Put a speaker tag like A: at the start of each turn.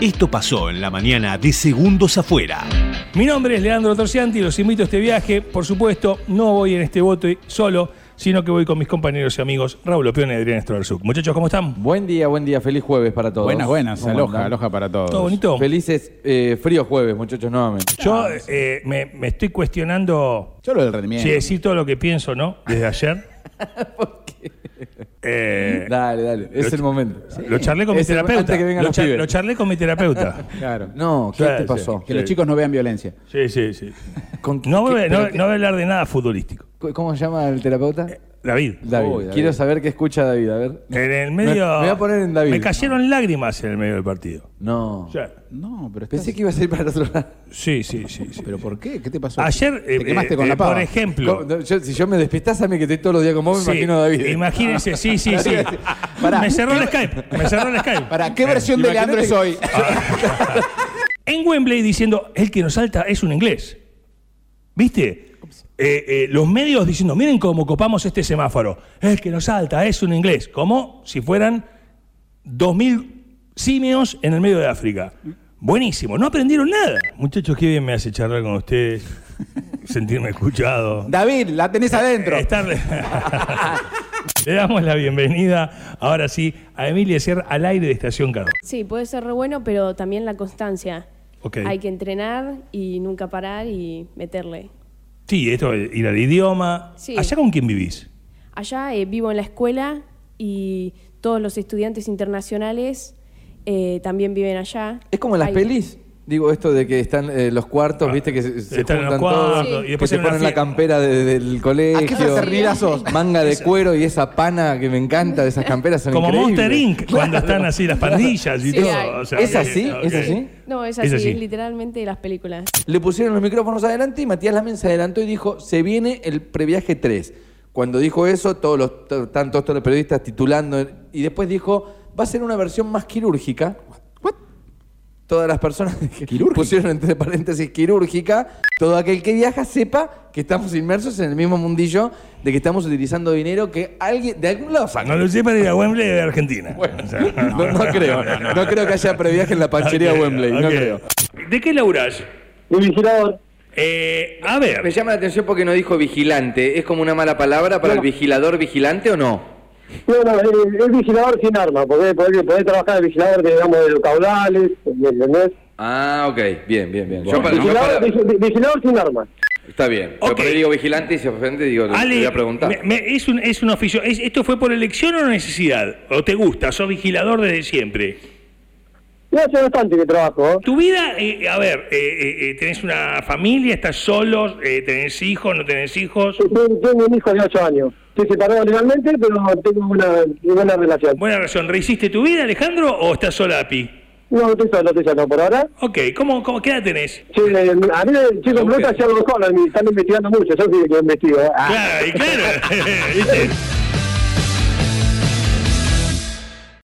A: Esto pasó en la mañana de Segundos Afuera.
B: Mi nombre es Leandro Torcianti, los invito a este viaje. Por supuesto, no voy en este bote solo, sino que voy con mis compañeros y amigos Raúl Opión y Adrián Estroversuk. Muchachos, ¿cómo están?
C: Buen día, buen día, feliz jueves para todos.
D: Buenas, buenas.
C: ¿Cómo
D: Aloja,
C: andan?
D: aloja para todos.
B: ¿Todo bonito?
C: Felices, eh, frío jueves, muchachos, nuevamente.
B: Yo eh, me, me estoy cuestionando
D: Yo lo del
B: si
D: rendimiento.
B: decir todo lo que pienso, ¿no? Desde ayer. Eh,
C: Dale, dale, es el momento.
B: Lo charlé con mi
C: Es el-
B: terapeuta.
C: antes que vengan
B: Lo,
C: los
B: char-
C: pibes.
B: lo charlé con mi terapeuta.
D: Claro.
C: No, ¿qué
B: Claro,
C: te
B: sí.
C: pasó?
D: Que los chicos no vean violencia.
B: Sí, sí, sí.
C: ¿Con qué-
B: No voy,
C: qué-
B: a- no-
C: pero qué-
B: no voy a hablar de nada futbolístico.
C: ¿Cómo se llama el terapeuta?
B: Eh, David. Eh,
C: David.
D: Uy, David.
C: Quiero saber qué escucha David, a ver.
B: En el medio.
C: Me- me voy a poner en David.
B: Me cayeron lágrimas en el medio del partido.
C: No.
D: No, pero estás-
C: Pensé que iba a ser para otro lado.
B: Sí, sí, sí. sí.
D: ¿Pero por qué? ¿Qué te pasó?
B: Ayer, eh,
D: te quemaste
B: eh,
D: con
B: eh,
D: la pava.
B: por ejemplo.
C: ¿Cómo? Yo- si yo me despistás a mí que estoy todos los días con vos, me
B: Sí,
C: imagino a David.
B: Imagínense, sí, sí, sí.
D: Pará.
B: me cerró el Skype. Me cerró el Skype.
D: ¿Para qué versión de
C: Imagínate
D: Leandro es hoy?
B: Ah. En Wembley diciendo, el que nos salta es un inglés. ¿Viste? Eh, eh, los medios diciendo, miren cómo copamos este semáforo. El que nos salta es un inglés. Como si fueran 2.000 simios en el medio de África. Buenísimo. No aprendieron nada. Muchachos, qué bien me hace charlar con ustedes. Sentirme escuchado.
D: David, la tenés adentro.
B: Eh, estar- Le damos la bienvenida, ahora sí, a Emilia Sierra al aire de Estación Caro.
E: Sí, puede ser re bueno, pero también la constancia.
B: Ok.
E: Hay que entrenar y nunca parar y meterle.
B: Sí, esto de ir al idioma.
E: Sí.
B: ¿Allá con quién vivís?
E: Allá eh, vivo en la escuela y todos los estudiantes internacionales eh, también viven allá.
C: Es como en las
E: Hay-
C: pelis. Digo, esto de que están eh, los cuartos, viste, que se, se
B: Ah, Están en los
C: juntan todos,
B: cuartos, y
C: que
B: después
C: se
B: en una
C: ponen la
B: fiesta.
C: campera de- del colegio.
D: fraternidad sos?
C: Manga de cuero y esa pana que me encanta de esas camperas son
B: Como
C: increíbles.
B: Monster Inc., cuando están así las pandillas y
E: Sí, hay.
B: todo. o sea,
C: ¿Es
B: que-
C: así?
B: ok.
C: ¿Es así?
E: No, es
B: Es
E: así,
B: así.
E: es literalmente las películas.
C: Le pusieron los micrófonos adelante y Matías Lamen se adelantó y dijo, se viene el previaje 3. Cuando dijo eso, todos los, to- están todos, todos los periodistas titulando. Y después dijo, va a ser una versión más quirúrgica. Todas las personas que pusieron entre paréntesis quirúrgica, todo aquel que viaja sepa que estamos inmersos en el mismo mundillo de que estamos utilizando dinero que alguien de algún lado saca.
B: No lo sé para ir a Wembley de Argentina. O sea,
C: No, no creo, no creo que haya previaje en la panchería
B: ok,
C: Wembley, no
B: ok.
C: creo.
B: ¿De qué laburás?
F: Vigilador.
B: Eh, a ver.
C: Me llama la atención porque no dijo vigilante. ¿Es como una mala palabra para el vigilador vigilante o no?
F: No, no, es, es vigilador sin arma, porque podés, podés trabajar de vigilador, de, digamos, de los caudales, ¿me entendés?
C: Ah, ok. Bien, bien, bien. Yo para, yo
F: Vigilador,
C: para-
F: vigi- vi- vigilador sin arma.
C: Está bien. Yo
B: Ok.
C: por ahí digo vigilante y si ofende digo, le- le
B: Ale,
C: voy a preguntar.
B: me- me- es, un, es un oficio. Es- ¿Esto fue por elección o necesidad? ¿O te gusta? ¿Sos vigilador desde siempre?
F: Y hace bastante que trabajo, ¿eh?
B: Tu vida, eh, a ver, eh, eh, eh, ¿tenés una familia? ¿Estás solo? Eh, ¿Tenés hijos? ¿No tenés hijos?
F: Yo Tengo tengo un hijo de 8 años. Estoy separado legalmente, pero tengo una una buena relación.
B: Buena razón. ¿Rehiciste tu vida, Alejandro, o estás sola, Pi?
F: No, estoy solo, estoy solo por ahora.
B: Ok, ¿cómo, cómo, qué edad tenés?
F: Sí, eh, a mí, chicos, me gusta hacer los me están investigando mucho, yo sí que investigo. ¿eh? Ah.
B: Claro, y claro. ¿viste?